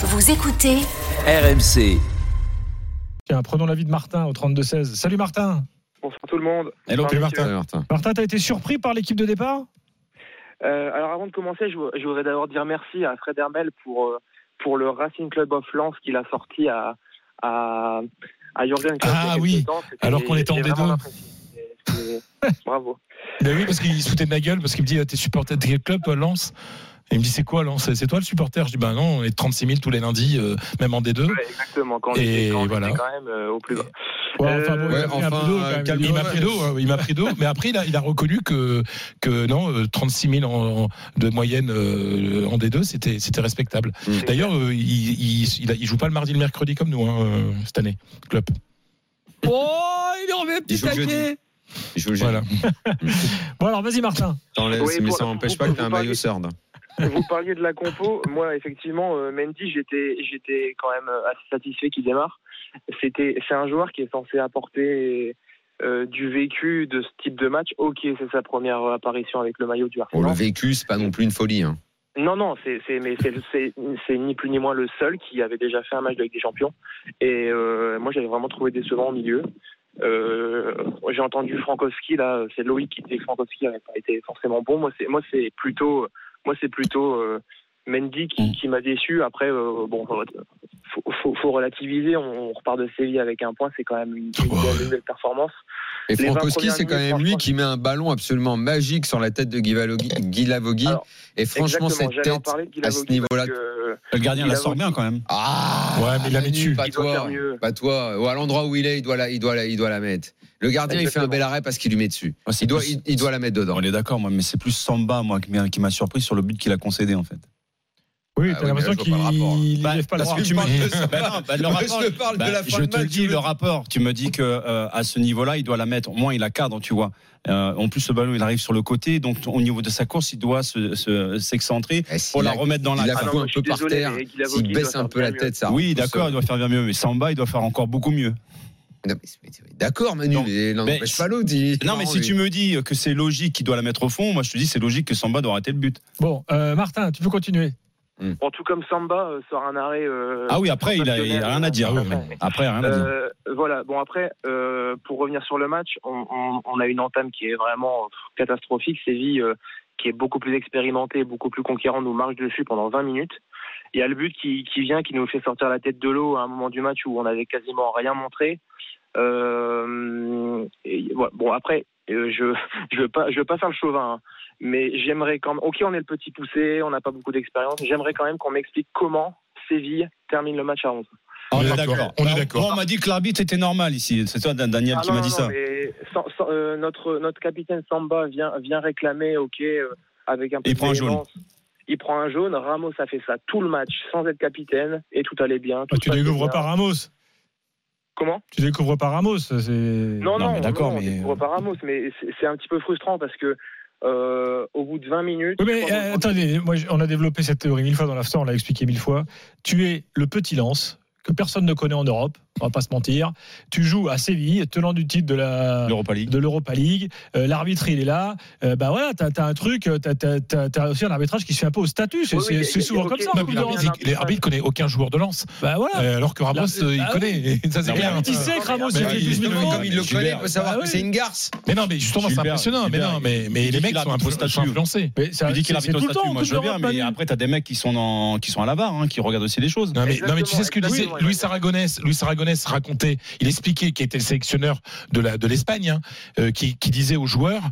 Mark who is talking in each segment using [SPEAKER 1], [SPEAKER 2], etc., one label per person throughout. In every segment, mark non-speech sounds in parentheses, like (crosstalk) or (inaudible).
[SPEAKER 1] Vous écoutez
[SPEAKER 2] RMC.
[SPEAKER 3] Tiens, prenons l'avis de Martin au 32-16. Salut Martin.
[SPEAKER 4] Bonsoir tout le monde.
[SPEAKER 5] Hello,
[SPEAKER 4] Bonsoir,
[SPEAKER 5] Martin.
[SPEAKER 4] messieurs.
[SPEAKER 3] Martin, t'as été surpris par l'équipe de départ
[SPEAKER 4] Euh, alors avant de commencer, je, vou- je voudrais d'abord dire merci à Fred Hermel pour, euh, pour le Racing Club of Lens qu'il a sorti à, à, à Jürgen Klopp il y a
[SPEAKER 5] Ah
[SPEAKER 4] quelques
[SPEAKER 5] oui,
[SPEAKER 4] temps. C'était-
[SPEAKER 5] alors qu'on était en
[SPEAKER 4] j'ai vraiment
[SPEAKER 5] D2.
[SPEAKER 4] apprécié. C'est- c'est- Bravo.
[SPEAKER 5] Ben oui, parce qu'il se foutait de ma gueule, parce qu'il me dit Ah, T'es supporter de quel club, Lance Et il me dit C'est quoi, Lance C'est toi le supporter Je dis Ben non, on est 36 000 tous les lundis, euh, même en D2.
[SPEAKER 4] Ouais, exactement, quand on
[SPEAKER 5] Et
[SPEAKER 4] était, quand on
[SPEAKER 5] voilà.
[SPEAKER 4] était quand même euh, au plus bas.
[SPEAKER 3] Ouais,
[SPEAKER 4] Euh,
[SPEAKER 3] enfin, Ah bon, il a
[SPEAKER 6] ouais,
[SPEAKER 3] pris un
[SPEAKER 6] enfin,
[SPEAKER 3] peu d'eau, quand même.
[SPEAKER 6] calme-toi.
[SPEAKER 5] Il m'a pris d'eau, hein, il m'a pris d'eau, mais après il a, il a reconnu que, que non, euh, 36 000 en- en- de moyenne euh, en D2, c'était c'était respectable.
[SPEAKER 7] Mm.
[SPEAKER 5] D'ailleurs, euh, il, il, il a- il joue pas le mardi, le mercredi comme nous hein, euh, cette année, club.
[SPEAKER 8] Oh, il en remet un petit
[SPEAKER 6] Il joue le
[SPEAKER 8] taquet.
[SPEAKER 6] Je vous
[SPEAKER 5] Voilà.
[SPEAKER 6] voilà.
[SPEAKER 3] Bon alors vas-y Martin.
[SPEAKER 6] T'enlèves,
[SPEAKER 4] Oui,
[SPEAKER 6] mais
[SPEAKER 4] pour-
[SPEAKER 6] ça n'empêche pas que t'as un
[SPEAKER 4] pour-
[SPEAKER 6] maillot sard.
[SPEAKER 4] Vous parliez de la compo. Moi, effectivement, euh, Mendy, j'étais, j'étais quand même euh, assez satisfait qu'il démarre. C'était, c'est un joueur qui est censé apporter euh, du vécu de ce type de match. Ok, c'est sa première apparition avec le maillot du
[SPEAKER 6] Bon,
[SPEAKER 4] Arsenal.
[SPEAKER 6] le vécu, c'est pas non plus une folie. Hein.
[SPEAKER 4] Non, non, c'est, c'est, mais c'est, c'est, c'est ni plus ni moins le seul qui avait déjà fait un match avec des champions. Et euh, moi, j'avais vraiment trouvé décevant au milieu. Euh, j'ai entendu Frankowski là, c'est Loïc qui disait que Frankowski n'avait pas été forcément bon. Moi, c'est, moi, c'est plutôt, moi, c'est plutôt euh, Mendy
[SPEAKER 6] Mm.
[SPEAKER 4] qui, qui m'a déçu. Après, euh, bon, faut, faut, faut relativiser. On, on repart de Séville avec un point, c'est quand même une, une,
[SPEAKER 5] Ouais.
[SPEAKER 4] belle- une belle performance.
[SPEAKER 6] Et
[SPEAKER 4] Les 20
[SPEAKER 6] Frankowski, c'est quand
[SPEAKER 4] premières
[SPEAKER 6] même
[SPEAKER 4] minutes,
[SPEAKER 6] lui qui met un ballon absolument magique sur la tête de Guivalogui- Guilavogui.
[SPEAKER 4] Alors,
[SPEAKER 6] Et
[SPEAKER 4] Exactement,
[SPEAKER 6] franchement, cette
[SPEAKER 4] j'allais en
[SPEAKER 6] tête.
[SPEAKER 4] parler de
[SPEAKER 6] à ce
[SPEAKER 4] Guilavogui
[SPEAKER 6] niveau-là-
[SPEAKER 4] parce que-
[SPEAKER 7] Le gardien
[SPEAKER 4] Il
[SPEAKER 7] la
[SPEAKER 4] a
[SPEAKER 7] sort bien quand même.
[SPEAKER 6] Ah
[SPEAKER 5] Ouais, mais il la met
[SPEAKER 6] Manu,
[SPEAKER 5] dessus.
[SPEAKER 6] Pas
[SPEAKER 4] Il doit
[SPEAKER 6] toi,
[SPEAKER 4] faire mieux.
[SPEAKER 6] pas toi. Ou à l'endroit où il est, il doit la, il doit la, il doit la mettre. Le gardien, il fait un
[SPEAKER 4] Exactement.
[SPEAKER 6] bel arrêt parce qu'il lui met dessus.
[SPEAKER 7] Ouais, c'est
[SPEAKER 6] Il doit,
[SPEAKER 7] plus-
[SPEAKER 6] il, il doit la mettre dedans.
[SPEAKER 7] On est d'accord, moi, mais c'est plus Samba, moi, qui m'a- qui m'a surpris sur le but qu'il a concédé, en fait.
[SPEAKER 3] Oui,
[SPEAKER 6] Ah
[SPEAKER 3] t'as
[SPEAKER 6] oui, mais là,
[SPEAKER 3] l'impression
[SPEAKER 6] je vois pas le rapport, hein.
[SPEAKER 3] qu'il
[SPEAKER 7] Bah,
[SPEAKER 3] lève pas le
[SPEAKER 7] parce
[SPEAKER 3] bras.
[SPEAKER 7] que tu me
[SPEAKER 6] (laughs)
[SPEAKER 5] (laughs)
[SPEAKER 7] dis- Bah non, bah, le
[SPEAKER 6] Moi,
[SPEAKER 7] rapport-
[SPEAKER 6] je te parle de
[SPEAKER 7] bah,
[SPEAKER 6] la fin
[SPEAKER 7] je
[SPEAKER 6] de
[SPEAKER 7] te
[SPEAKER 6] match,
[SPEAKER 7] le dis,
[SPEAKER 6] tu
[SPEAKER 7] le
[SPEAKER 6] vois.
[SPEAKER 7] rapport. Tu me dis que euh, à ce niveau-là, il doit la mettre. Au moins, il la cadre, tu vois. Euh, en plus, le ballon, il arrive sur le côté, donc au niveau de sa course, il doit se- se- s'excentrer
[SPEAKER 6] Eh, s'il
[SPEAKER 7] pour la
[SPEAKER 6] a-
[SPEAKER 7] remettre dans
[SPEAKER 6] Il
[SPEAKER 7] la.
[SPEAKER 6] la
[SPEAKER 4] Ah non,
[SPEAKER 6] fout
[SPEAKER 4] moi,
[SPEAKER 6] un
[SPEAKER 4] je
[SPEAKER 6] peu
[SPEAKER 4] suis
[SPEAKER 6] par
[SPEAKER 4] désolé,
[SPEAKER 6] terre.
[SPEAKER 4] mais Guilavogui
[SPEAKER 6] S'il
[SPEAKER 4] doit
[SPEAKER 6] baisse
[SPEAKER 4] faire
[SPEAKER 6] un peu la
[SPEAKER 4] bien hein.
[SPEAKER 6] tête, ça.
[SPEAKER 7] Oui,
[SPEAKER 6] repousse.
[SPEAKER 7] d'accord, il doit faire bien mieux. Mais Samba, il doit faire encore beaucoup mieux.
[SPEAKER 6] Non, mais c'est- D'accord, Manu,
[SPEAKER 7] Non,
[SPEAKER 6] mais non,
[SPEAKER 7] mais-
[SPEAKER 6] n'empêche pas l'autre. il est
[SPEAKER 7] Non, mais
[SPEAKER 6] marrant,
[SPEAKER 7] si
[SPEAKER 6] lui.
[SPEAKER 7] tu me dis que c'est logique qu'il doit la mettre au fond, moi, je te dis c'est logique que Samba doit rater le but.
[SPEAKER 3] Bon euh, Martin, tu peux continuer.
[SPEAKER 4] Bon, tout comme Samba euh, sort un arrêt. euh,
[SPEAKER 7] Ah oui, après, il a, il a rien à dire.
[SPEAKER 4] Ah
[SPEAKER 7] oui, oui. Après, rien à dire.
[SPEAKER 4] Euh, voilà, bon après, euh, pour revenir sur le match, on, on- on a une entame qui est vraiment pff, catastrophique. Séville, euh, qui est beaucoup plus expérimentée, beaucoup plus conquérante, nous marche dessus pendant 20 minutes. Il y a le but qui, qui vient, qui nous fait sortir la tête de l'eau à un moment du match où on avait quasiment rien montré. Euh, et voilà. Bon après, euh, je (laughs) je veux pas je veux pas faire le chauvin, hein, mais j'aimerais quand même. Ok, on est le petit poussé, on n'a pas beaucoup d'expérience. J'aimerais quand même qu'on m'explique comment Séville termine le match à 11.
[SPEAKER 7] On
[SPEAKER 5] On
[SPEAKER 7] est
[SPEAKER 5] est
[SPEAKER 7] d'accord.
[SPEAKER 5] d'accord. On est d'accord.
[SPEAKER 7] Moi, On m'a dit que l'arbitre était normal ici. C'est toi, Dan- Daniel,
[SPEAKER 4] Ah
[SPEAKER 7] qui
[SPEAKER 4] non,
[SPEAKER 7] m'a
[SPEAKER 4] non,
[SPEAKER 7] dit
[SPEAKER 4] non,
[SPEAKER 7] ça.
[SPEAKER 4] mais sans- sans- euh, notre, notre capitaine Samba vient, vient réclamer, ok, euh, avec un peu
[SPEAKER 7] Il
[SPEAKER 4] de
[SPEAKER 7] prend un jaune.
[SPEAKER 4] véhémence. Il prend un jaune. Ramos a fait ça tout le match sans être capitaine et tout allait bien. tout
[SPEAKER 3] Ah, tu
[SPEAKER 4] se passait
[SPEAKER 3] découvres
[SPEAKER 4] bien.
[SPEAKER 3] par Ramos.
[SPEAKER 4] Comment
[SPEAKER 3] Tu découvres par Ramos. C'est.
[SPEAKER 4] Non,
[SPEAKER 7] Non,
[SPEAKER 4] non,
[SPEAKER 7] mais d'accord,
[SPEAKER 4] non, on
[SPEAKER 7] mais-
[SPEAKER 4] découvre par Ramos, mais c'est- c'est un petit peu frustrant parce que euh, au bout de 20 minutes.
[SPEAKER 3] Oui, mais
[SPEAKER 4] je pense
[SPEAKER 3] euh,
[SPEAKER 4] qu'on-
[SPEAKER 3] attendez, moi, je- on a développé cette théorie mille fois dans l'after, on l'a expliqué mille fois. Tu es le petit lance que personne ne connaît en Europe, on va pas se mentir. Tu joues à Séville, tenant du titre de la
[SPEAKER 7] L'Europa League.
[SPEAKER 3] de l'Europa League, Euh, l'arbitre il est là, Euh, bah voilà, t'as as un truc, euh, t'as- t'as t'as- t'as aussi un arbitrage qui se fait un peu au statut, c'est
[SPEAKER 4] Oui,
[SPEAKER 3] c'est-
[SPEAKER 4] oui,
[SPEAKER 3] c'est
[SPEAKER 4] il y a-
[SPEAKER 3] souvent
[SPEAKER 4] ok,
[SPEAKER 3] comme ça.
[SPEAKER 4] il y
[SPEAKER 3] en
[SPEAKER 4] a
[SPEAKER 3] Coupe
[SPEAKER 4] bien
[SPEAKER 3] d'Europe.
[SPEAKER 4] un
[SPEAKER 5] L'arbitre
[SPEAKER 4] arbitre.
[SPEAKER 5] l'arbitre connaît aucun joueur de lance,
[SPEAKER 3] Bah voilà,
[SPEAKER 5] alors que Ramos,
[SPEAKER 3] L'arbitre-
[SPEAKER 5] euh, il
[SPEAKER 3] Ah
[SPEAKER 5] connaît. Ça,
[SPEAKER 4] Bah
[SPEAKER 5] c'est
[SPEAKER 7] Non, mais
[SPEAKER 5] clair. hein.
[SPEAKER 3] l'arbitre, il sait que Ramos, il
[SPEAKER 6] Ah,
[SPEAKER 3] fait
[SPEAKER 6] mais
[SPEAKER 3] 12 000
[SPEAKER 6] justement,
[SPEAKER 3] euros.
[SPEAKER 6] Comme il le
[SPEAKER 7] Gilbert,
[SPEAKER 6] connaît, il faut savoir
[SPEAKER 3] bah
[SPEAKER 6] que
[SPEAKER 3] oui.
[SPEAKER 6] c'est une garce.
[SPEAKER 5] Mais non, mais justement, c'est
[SPEAKER 7] Gilbert,
[SPEAKER 5] impressionnant. Mais
[SPEAKER 7] Gilbert,
[SPEAKER 5] non, mais,
[SPEAKER 7] il
[SPEAKER 5] mais
[SPEAKER 7] dit
[SPEAKER 5] les
[SPEAKER 7] qu'il
[SPEAKER 5] mecs sont,
[SPEAKER 7] arbitre au
[SPEAKER 5] influ-
[SPEAKER 7] statut.
[SPEAKER 5] sont influencés.
[SPEAKER 3] Mais ça-
[SPEAKER 7] Tu dis qu'il
[SPEAKER 3] bah, c'est- c'est
[SPEAKER 7] arbitre au
[SPEAKER 3] tout le
[SPEAKER 7] statut,
[SPEAKER 3] temps en
[SPEAKER 7] moi
[SPEAKER 3] Coupe
[SPEAKER 7] je veux bien,
[SPEAKER 3] d'Europe,
[SPEAKER 7] mais
[SPEAKER 3] Manu.
[SPEAKER 7] après, t'as des mecs qui sont, en- qui sont à la barre, hein, qui regardent aussi les choses.
[SPEAKER 5] Non mais, non, mais
[SPEAKER 4] Exactement,
[SPEAKER 5] tu sais ce que disait
[SPEAKER 4] exactement,
[SPEAKER 5] Luis
[SPEAKER 4] exactement.
[SPEAKER 5] Aragonès Luis Aragonès racontait, il expliquait qui était le sélectionneur de la de l'Espagne, hein, euh, qui, qui disait aux joueurs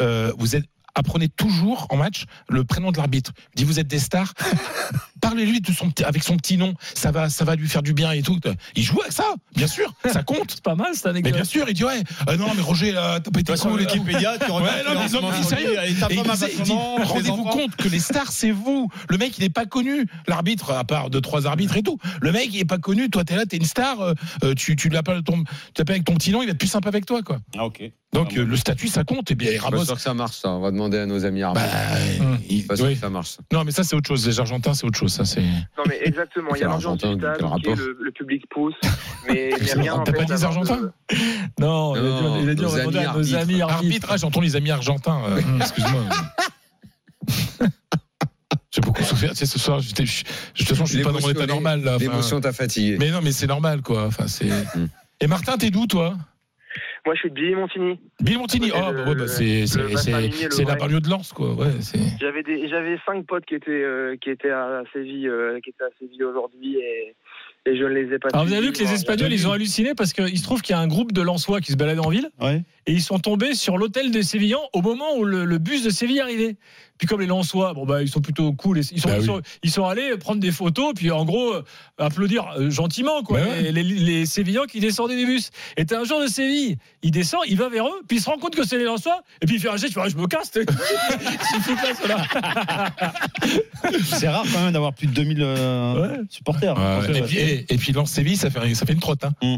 [SPEAKER 5] euh, vous êtes apprenez toujours en match le prénom de l'arbitre. Il dit vous êtes des stars. (laughs) Parlez-lui de son petit- avec son petit nom, ça va ça va lui faire du bien et tout. Il joue avec ça, bien sûr, ça compte.
[SPEAKER 3] (laughs) C'est pas mal cette
[SPEAKER 5] Mais
[SPEAKER 3] anecdote.
[SPEAKER 5] bien sûr, il dit ouais, euh, non mais Roger là, t'as pas été cool et tout.
[SPEAKER 7] Wikipédia, tu
[SPEAKER 5] Ouais, non, mais non, mais sérieux. Et il disait- il dit, rendez-vous compte que les stars, c'est vous. Le mec, il n'est pas connu. L'arbitre, à part deux, trois arbitres et tout. Le mec, il n'est pas connu. Toi, t'es là, t'es une star. euh, euh, tu tu l'appelles ton- tu l'appelles avec ton petit nom, il va être plus sympa avec toi, quoi.
[SPEAKER 7] Ah, ok.
[SPEAKER 5] Donc, euh, le statut, ça compte. Et bien,
[SPEAKER 3] Bah,
[SPEAKER 5] et
[SPEAKER 6] Je
[SPEAKER 5] Ramos.
[SPEAKER 6] suis sûr que ça marche, ça. On va demander à nos amis
[SPEAKER 5] bah,
[SPEAKER 6] arbitres.
[SPEAKER 3] Mmh.
[SPEAKER 5] il-
[SPEAKER 3] Bah,
[SPEAKER 6] Pas sûr
[SPEAKER 5] oui.
[SPEAKER 6] que ça marche. ça.
[SPEAKER 5] Non, mais ça, c'est autre chose. Les Argentins, c'est autre chose. Ça, c'est.
[SPEAKER 4] Non, mais exactement. Il y
[SPEAKER 6] C'est
[SPEAKER 4] a l'ambiance du
[SPEAKER 6] l'Argentin,
[SPEAKER 4] stade,
[SPEAKER 6] quel
[SPEAKER 4] ok,
[SPEAKER 6] rapport
[SPEAKER 4] le, le public pousse, mais
[SPEAKER 5] (laughs)
[SPEAKER 4] il n'y a
[SPEAKER 5] T'as
[SPEAKER 4] rien.
[SPEAKER 5] pas
[SPEAKER 4] n'empêche
[SPEAKER 5] dit
[SPEAKER 4] d'avoir
[SPEAKER 5] Argentin
[SPEAKER 4] de-
[SPEAKER 3] Non, il a dit,
[SPEAKER 6] Non,
[SPEAKER 3] il a dit, on
[SPEAKER 6] nos
[SPEAKER 3] va demander
[SPEAKER 6] amis
[SPEAKER 3] à nos amis arbitres. (laughs)
[SPEAKER 5] Arbitrage, j'entends les amis argentins. euh, Excuse-moi. J'ai beaucoup souffert. Tu sais, ce soir, j'étais- je, je- de toute façon, je suis pas dans mon
[SPEAKER 6] L'émotion,
[SPEAKER 5] état
[SPEAKER 6] les-
[SPEAKER 5] normal. Là, Enfin,
[SPEAKER 6] L'émotion t'a fatigué.
[SPEAKER 5] mais non, mais c'est normal, quoi. Enfin, c'est.
[SPEAKER 6] Mm.
[SPEAKER 5] Et Martin, t'es d'où, toi
[SPEAKER 4] Moi, je suis de Billy Montigny.
[SPEAKER 5] Bill Montini.
[SPEAKER 4] Le-
[SPEAKER 5] Oh, bah, ouais, bah, c'est
[SPEAKER 4] le
[SPEAKER 5] c'est-
[SPEAKER 4] bassin minier,
[SPEAKER 5] c'est
[SPEAKER 4] le
[SPEAKER 5] c'est la
[SPEAKER 4] vrai.
[SPEAKER 5] banlieue de Lens, quoi. Ouais, c'est.
[SPEAKER 4] J'avais des, j'avais cinq potes qui étaient, euh, qui étaient à Séville, euh, qui étaient à Séville aujourd'hui et, et je ne les ai pas. hein.
[SPEAKER 3] Alors Ah, vous
[SPEAKER 4] suivis.
[SPEAKER 3] avez vu que les
[SPEAKER 4] Moi,
[SPEAKER 3] Espagnols, ils ont halluciné parce qu'il se trouve qu'il y a un groupe de Lensois qui se baladait en ville
[SPEAKER 7] Ouais.
[SPEAKER 3] et ils sont tombés sur l'hôtel des Sévillans au moment où le, le bus de Séville arrivait. Puis comme les Lensois, bon bah ils sont plutôt cool, ils sont,
[SPEAKER 5] Bah
[SPEAKER 3] ils
[SPEAKER 5] oui.
[SPEAKER 3] sont, ils sont allés prendre des photos puis en gros euh, applaudir euh, gentiment quoi
[SPEAKER 5] Bah ouais.
[SPEAKER 3] les, les- les Sévillans qui descendaient du bus. Et t'as un jour de Séville, il descend, il va vers eux, puis il se rend compte que c'est les Lensois et puis il fait un geste, tu vois, je me casse. t'es- (laughs) Il fout pas cela.
[SPEAKER 7] C'est rare quand même d'avoir plus de 2000 euh, supporters.
[SPEAKER 3] Ah,
[SPEAKER 5] Ouais,
[SPEAKER 7] Parce que-
[SPEAKER 5] et, puis, et, et puis Lens Séville, ça fait ça fait une trotte. Hein.
[SPEAKER 7] Mm.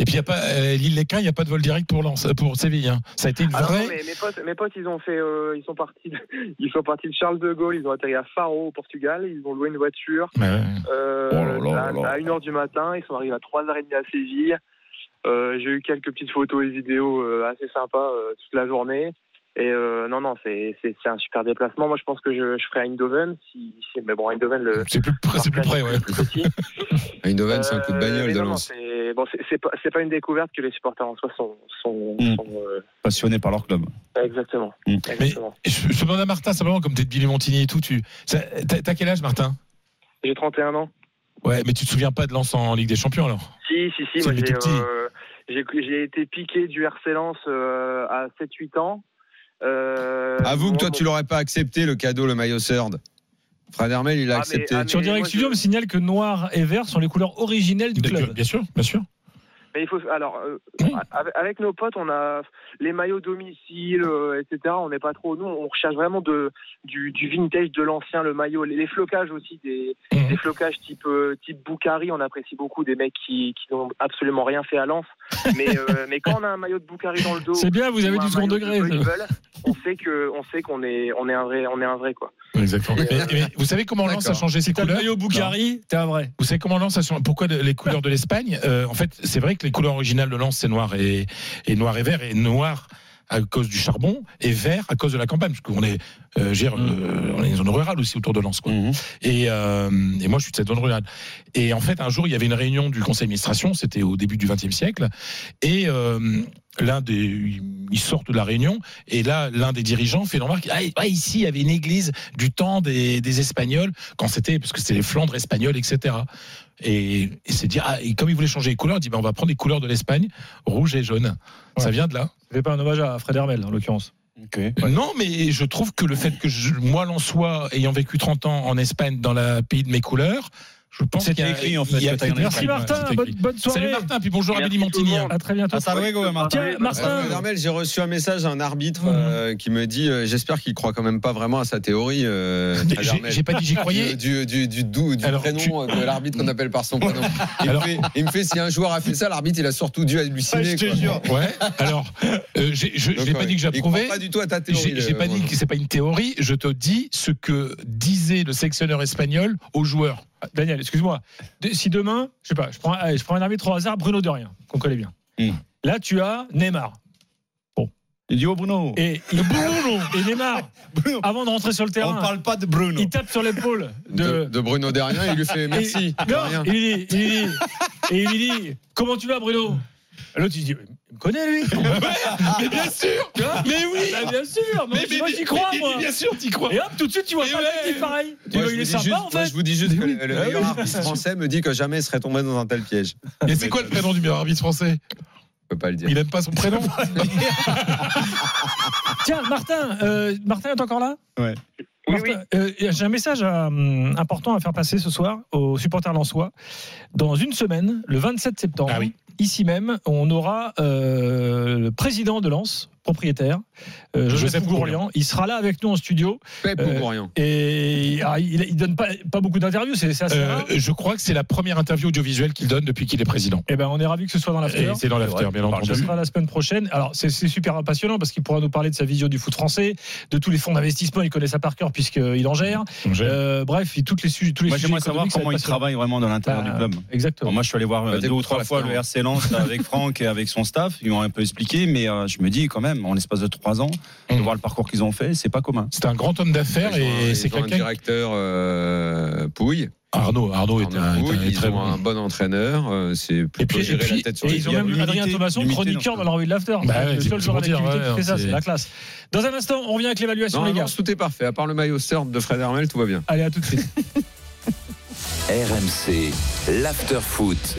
[SPEAKER 5] Et puis il y a pas euh, Lille Lesquin, il n'y a pas de vol direct pour Lens euh, pour Séville. hein. Ça a été une
[SPEAKER 4] Ah non,
[SPEAKER 5] vraie.
[SPEAKER 4] non, mais mes potes, mes potes, ils ont fait, euh, ils sont partis, de, (laughs) ils sont partis de Charles de Gaulle, ils ont atterri à Faro au Portugal, ils ont loué une voiture
[SPEAKER 5] Ouais, ouais.
[SPEAKER 4] euh,
[SPEAKER 7] Oh là là
[SPEAKER 4] à-
[SPEAKER 7] là là.
[SPEAKER 4] à 1h du matin, ils sont arrivés à 3h30 à Séville. Euh, j'ai eu quelques petites photos et vidéos euh, assez sympas euh, toute la journée. Et euh, non, non, c'est, c'est, c'est un super déplacement. Moi, je pense que je, je ferai Eindhoven, si, si- mais bon, Eindhoven, le,
[SPEAKER 5] C'est plus près, Ah, c'est plus près, ouais.
[SPEAKER 4] plus
[SPEAKER 5] (laughs)
[SPEAKER 4] petit.
[SPEAKER 6] Eindhoven, c'est un coup de
[SPEAKER 4] Euh,
[SPEAKER 6] bagnole
[SPEAKER 4] mais
[SPEAKER 6] de
[SPEAKER 4] non, non,
[SPEAKER 6] lance.
[SPEAKER 4] C'est bon, c'est- c'est pas, c'est pas une découverte que les supporters en soi sont, sont,
[SPEAKER 7] Mm.
[SPEAKER 4] sont, euh,
[SPEAKER 7] Passionnés par leur club.
[SPEAKER 4] exactement.
[SPEAKER 7] Mm.
[SPEAKER 4] exactement.
[SPEAKER 5] Et Je, je demande à Martin simplement, comme t'es de Billy Montigny et tout, tu ça- t'as t'as quel âge, Martin
[SPEAKER 4] J'ai 31 ans.
[SPEAKER 5] Ouais, mais tu te souviens pas de Lens en Ligue des Champions alors
[SPEAKER 4] Si, si, si.
[SPEAKER 5] C'est
[SPEAKER 4] Moi,
[SPEAKER 5] le
[SPEAKER 4] j'ai,
[SPEAKER 5] tout petit.
[SPEAKER 4] euh, j'ai, j'ai été piqué du RC Lens euh, à 7-8 ans. Euh,
[SPEAKER 6] Avoue que
[SPEAKER 4] moi,
[SPEAKER 6] toi,
[SPEAKER 4] mon-
[SPEAKER 6] tu l'aurais pas accepté le cadeau, le maillot Serd. Fred Hermel, il l'a
[SPEAKER 4] Ah, mais-
[SPEAKER 6] accepté.
[SPEAKER 4] ah, mais-
[SPEAKER 3] Sur Direct
[SPEAKER 4] moi,
[SPEAKER 3] Studio,
[SPEAKER 4] je-
[SPEAKER 3] me signale que noir et vert sont les couleurs originelles du club.
[SPEAKER 5] Bien sûr, bien sûr.
[SPEAKER 4] Mais il faut, alors, euh,
[SPEAKER 5] Oui.
[SPEAKER 4] avec, avec nos potes, on a les maillots domicile, euh, etc. On n'est pas trop. Nous, on recherche vraiment de, du, du vintage, de l'ancien, le maillot, les, les flocages aussi, des,
[SPEAKER 5] Mhm.
[SPEAKER 4] des flocages type, euh, type Boukari. On apprécie beaucoup des mecs qui, qui n'ont absolument rien fait à Lens. Mais,
[SPEAKER 3] (laughs)
[SPEAKER 4] euh, mais quand on a un maillot de Boukari dans le dos.
[SPEAKER 3] C'est bien, vous avez
[SPEAKER 4] ou
[SPEAKER 3] du
[SPEAKER 4] un
[SPEAKER 3] second
[SPEAKER 4] maillot
[SPEAKER 3] degré.
[SPEAKER 4] de Bull, On sait que, on sait qu'on est, on est un vrai, on est un vrai quoi.
[SPEAKER 5] Exactement.
[SPEAKER 4] Et, euh,
[SPEAKER 5] vous savez comment Lens a
[SPEAKER 6] D'accord.
[SPEAKER 5] changé ses
[SPEAKER 3] T'as le
[SPEAKER 5] couleurs
[SPEAKER 3] maillot Boukari, t'es un vrai.
[SPEAKER 5] Vous savez comment Lens a changé Pourquoi de- les couleurs de l'Espagne Euh, En fait, c'est vrai que les couleurs originales de Lens, c'est noir et, et noir et vert, et noir à cause du charbon et vert à cause de la campagne, parce qu'on est, euh, je veux dire, euh, on est une zone rurale aussi autour de Lens, quoi. Et, euh, et moi, je suis de cette zone rurale. Et en fait, un jour, il y avait une réunion du conseil d'administration, c'était au début du XXe siècle, et euh, l'un des. Ils sortent de la réunion, et là, l'un des dirigeants fait une remarque Ah, ah, ici, il y avait une église du temps des, des Espagnols, quand c'était, parce que c'était les Flandres espagnoles, etc. Et, et c'est dire, ah, et comme ils voulaient changer les couleurs, on dit ben, on va prendre les couleurs de l'Espagne, rouge et jaune. Ça
[SPEAKER 3] Ouais.
[SPEAKER 5] vient de là.
[SPEAKER 3] C'était pas un hommage à Fred Hermel, en l'occurrence.
[SPEAKER 5] Non, mais je trouve que le fait que je- moi, l'en sois, ayant vécu 30 ans en Espagne, dans le pays de mes couleurs, je pense
[SPEAKER 7] C'était
[SPEAKER 5] qu'il y a-
[SPEAKER 7] écrit, en fait,
[SPEAKER 5] il y a-
[SPEAKER 7] que t'as eu en
[SPEAKER 5] Merci
[SPEAKER 3] Merci
[SPEAKER 7] Espagne,
[SPEAKER 5] Martin.
[SPEAKER 3] Martin,
[SPEAKER 5] bonne-
[SPEAKER 3] bonne, bonne soirée.
[SPEAKER 5] Salut Martin, puis bonjour à
[SPEAKER 4] Merci
[SPEAKER 5] Billy
[SPEAKER 4] tout le
[SPEAKER 5] Montigny.
[SPEAKER 4] monde.
[SPEAKER 3] À très bientôt.
[SPEAKER 7] Hasta luego, Martin.
[SPEAKER 3] Tiens, Martin.
[SPEAKER 6] Fred Hermel, j'ai reçu un message d'un arbitre euh, qui me dit euh, J'espère qu'il croit quand même pas vraiment à sa théorie. euh, Fred
[SPEAKER 5] J'ai-
[SPEAKER 6] Hermel.
[SPEAKER 5] J'ai pas dit j'y croyais.
[SPEAKER 6] du, du, du, du, du
[SPEAKER 5] Alors,
[SPEAKER 6] prénom
[SPEAKER 5] tu-
[SPEAKER 6] euh, de l'arbitre qu'on appelle par son prénom. Il,
[SPEAKER 5] Alors-
[SPEAKER 6] me fait, il me fait si un joueur a fait ça, l'arbitre il a surtout dû
[SPEAKER 7] Ah,
[SPEAKER 6] halluciner. quoi.
[SPEAKER 5] Ouais. Alors, euh, j'ai- je
[SPEAKER 6] Donc,
[SPEAKER 5] n'ai pas
[SPEAKER 6] ouais,
[SPEAKER 5] dit que
[SPEAKER 6] il croit
[SPEAKER 5] j'approuvais.
[SPEAKER 6] pas du tout à ta théorie. euh,
[SPEAKER 5] J'ai j'ai
[SPEAKER 6] le-
[SPEAKER 5] pas dit que c'est pas une théorie. Je te dis ce que disait le sélectionneur espagnol aux joueurs.
[SPEAKER 3] Daniel, excuse-moi. De- si demain, je sais pas, je prends, allez, je prends un arbitre au hasard, Bruno Derien, qu'on connaît bien.
[SPEAKER 7] Hmm.
[SPEAKER 3] Là, tu as Neymar.
[SPEAKER 7] Il dit, oh Bruno.
[SPEAKER 3] Et, et (laughs) Bruno et Neymar,
[SPEAKER 7] Bruno.
[SPEAKER 3] avant de rentrer sur le terrain,
[SPEAKER 7] pas de Bruno.
[SPEAKER 3] ah. il tape sur l'épaule
[SPEAKER 6] de,
[SPEAKER 3] de.
[SPEAKER 6] de Bruno Derrien, il lui fait merci.
[SPEAKER 3] Et-
[SPEAKER 6] de
[SPEAKER 3] non,
[SPEAKER 6] rien.
[SPEAKER 3] il lui dit, il lui dit- et il lui dit Comment tu vas, Bruno L'autre, il dit Il me connaît, lui.
[SPEAKER 5] Mais bien sûr.
[SPEAKER 3] Tu vois
[SPEAKER 5] Mais oui.
[SPEAKER 3] Bah, bien sûr, mais, moi j'y crois,
[SPEAKER 5] mais-
[SPEAKER 3] moi.
[SPEAKER 5] mais Bien sûr, t'y crois.
[SPEAKER 3] Et hop, tout de suite, tu vois
[SPEAKER 5] Et
[SPEAKER 3] pas
[SPEAKER 5] ouais.
[SPEAKER 3] le mec qui est pareil. Tu
[SPEAKER 6] Moi,
[SPEAKER 3] vois,
[SPEAKER 6] je
[SPEAKER 3] il
[SPEAKER 6] vous
[SPEAKER 3] est
[SPEAKER 6] dis
[SPEAKER 3] sympa,
[SPEAKER 6] juste-
[SPEAKER 3] en
[SPEAKER 6] moi,
[SPEAKER 3] fait.
[SPEAKER 6] je vous dis juste que le, le
[SPEAKER 3] Ah oui.
[SPEAKER 6] meilleur arbitre français me dit que jamais il serait tombé dans un tel piège. Je
[SPEAKER 5] Mais c'est quoi le prénom du meilleur arbitre français
[SPEAKER 6] peux pas le dire.
[SPEAKER 5] Il aime pas son prénom.
[SPEAKER 3] Tiens, Martin, euh, Martin est encore là
[SPEAKER 7] Ouais.
[SPEAKER 4] Oui,
[SPEAKER 3] Martin, euh, J'ai un message euh, hum, important à faire passer ce soir aux supporters lensois. Dans une semaine, le 27 septembre,
[SPEAKER 5] Ah oui.
[SPEAKER 3] ici même, on aura euh, le président de Lens, propriétaire, euh, Joseph,
[SPEAKER 5] Joseph
[SPEAKER 3] Gourlian. Il sera là avec nous en studio
[SPEAKER 6] Paix
[SPEAKER 3] Euh,
[SPEAKER 6] pour rien.
[SPEAKER 3] et ah, il, il donne pas, pas beaucoup d'interviews, c'est c'est assez
[SPEAKER 5] Euh,
[SPEAKER 3] rare.
[SPEAKER 5] je crois que c'est la première interview audiovisuelle qu'il donne depuis qu'il est président.
[SPEAKER 3] Eh ben, on est ravis que ce soit dans l'after.
[SPEAKER 5] Et c'est dans l'after, bien entendu.
[SPEAKER 3] Ça sera la semaine prochaine. Alors, c'est c'est super passionnant parce qu'il pourra nous parler de sa vision du foot français, de tous les fonds d'investissement. Il connaît ça par cœur puisqu'il en gère. Euh, bref, il, toutes les sujets, tous les
[SPEAKER 7] Moi,
[SPEAKER 3] sujets
[SPEAKER 7] j'aimerais savoir
[SPEAKER 3] économiques, ça va
[SPEAKER 7] comment
[SPEAKER 3] être
[SPEAKER 7] il
[SPEAKER 3] passionnant.
[SPEAKER 7] travaille vraiment dans l'intérieur
[SPEAKER 3] Bah,
[SPEAKER 7] du club.
[SPEAKER 3] Exactement.
[SPEAKER 7] Alors, moi, je suis allé voir euh,
[SPEAKER 6] Bah, t'es
[SPEAKER 7] deux ou
[SPEAKER 6] pour
[SPEAKER 7] trois
[SPEAKER 6] la
[SPEAKER 7] fois
[SPEAKER 6] star,
[SPEAKER 7] le RC Lens avec Franck et avec son staff. Ils m'ont un peu expliqué, mais euh, je me dis quand même, même en l'espace de trois ans, de
[SPEAKER 5] Mmh.
[SPEAKER 7] voir le parcours qu'ils ont fait, c'est pas commun.
[SPEAKER 5] C'est un grand homme d'affaires
[SPEAKER 6] Ils ont-
[SPEAKER 5] et
[SPEAKER 6] ils
[SPEAKER 5] c'est
[SPEAKER 6] ont un
[SPEAKER 5] quelqu'un.
[SPEAKER 6] directeur euh, Pouille.
[SPEAKER 5] Arnaud, Arnaud est un,
[SPEAKER 6] Arnaud
[SPEAKER 5] est un-
[SPEAKER 6] Pouille,
[SPEAKER 5] est
[SPEAKER 6] ils
[SPEAKER 5] très
[SPEAKER 6] ont
[SPEAKER 5] bon.
[SPEAKER 6] un bon entraîneur. euh, C'est plutôt
[SPEAKER 5] puis- et
[SPEAKER 6] gérer
[SPEAKER 5] puis-
[SPEAKER 6] la tête sur
[SPEAKER 3] Et
[SPEAKER 6] les
[SPEAKER 3] ils ont
[SPEAKER 7] Il y a
[SPEAKER 3] même
[SPEAKER 7] de
[SPEAKER 3] Adrien
[SPEAKER 7] l'humilité,
[SPEAKER 3] Thomasson,
[SPEAKER 7] de l'humilité
[SPEAKER 3] chroniqueur
[SPEAKER 7] dans-
[SPEAKER 3] dans la revue de l'after.
[SPEAKER 5] Bah ouais,
[SPEAKER 3] le
[SPEAKER 5] c'est
[SPEAKER 3] seul
[SPEAKER 5] pour
[SPEAKER 3] joueur avec
[SPEAKER 5] dire,
[SPEAKER 3] l'humilité
[SPEAKER 5] ouais,
[SPEAKER 3] qui fait ça,
[SPEAKER 5] c'est-
[SPEAKER 3] c'est la classe. Dans un instant, on revient avec l'évaluation,
[SPEAKER 6] Non,
[SPEAKER 3] les gars.
[SPEAKER 6] avance, tout est parfait. À part le maillot serbe de Fred Hermel, tout va bien.
[SPEAKER 3] Allez, à tout de suite.
[SPEAKER 1] RMC, l'after foot.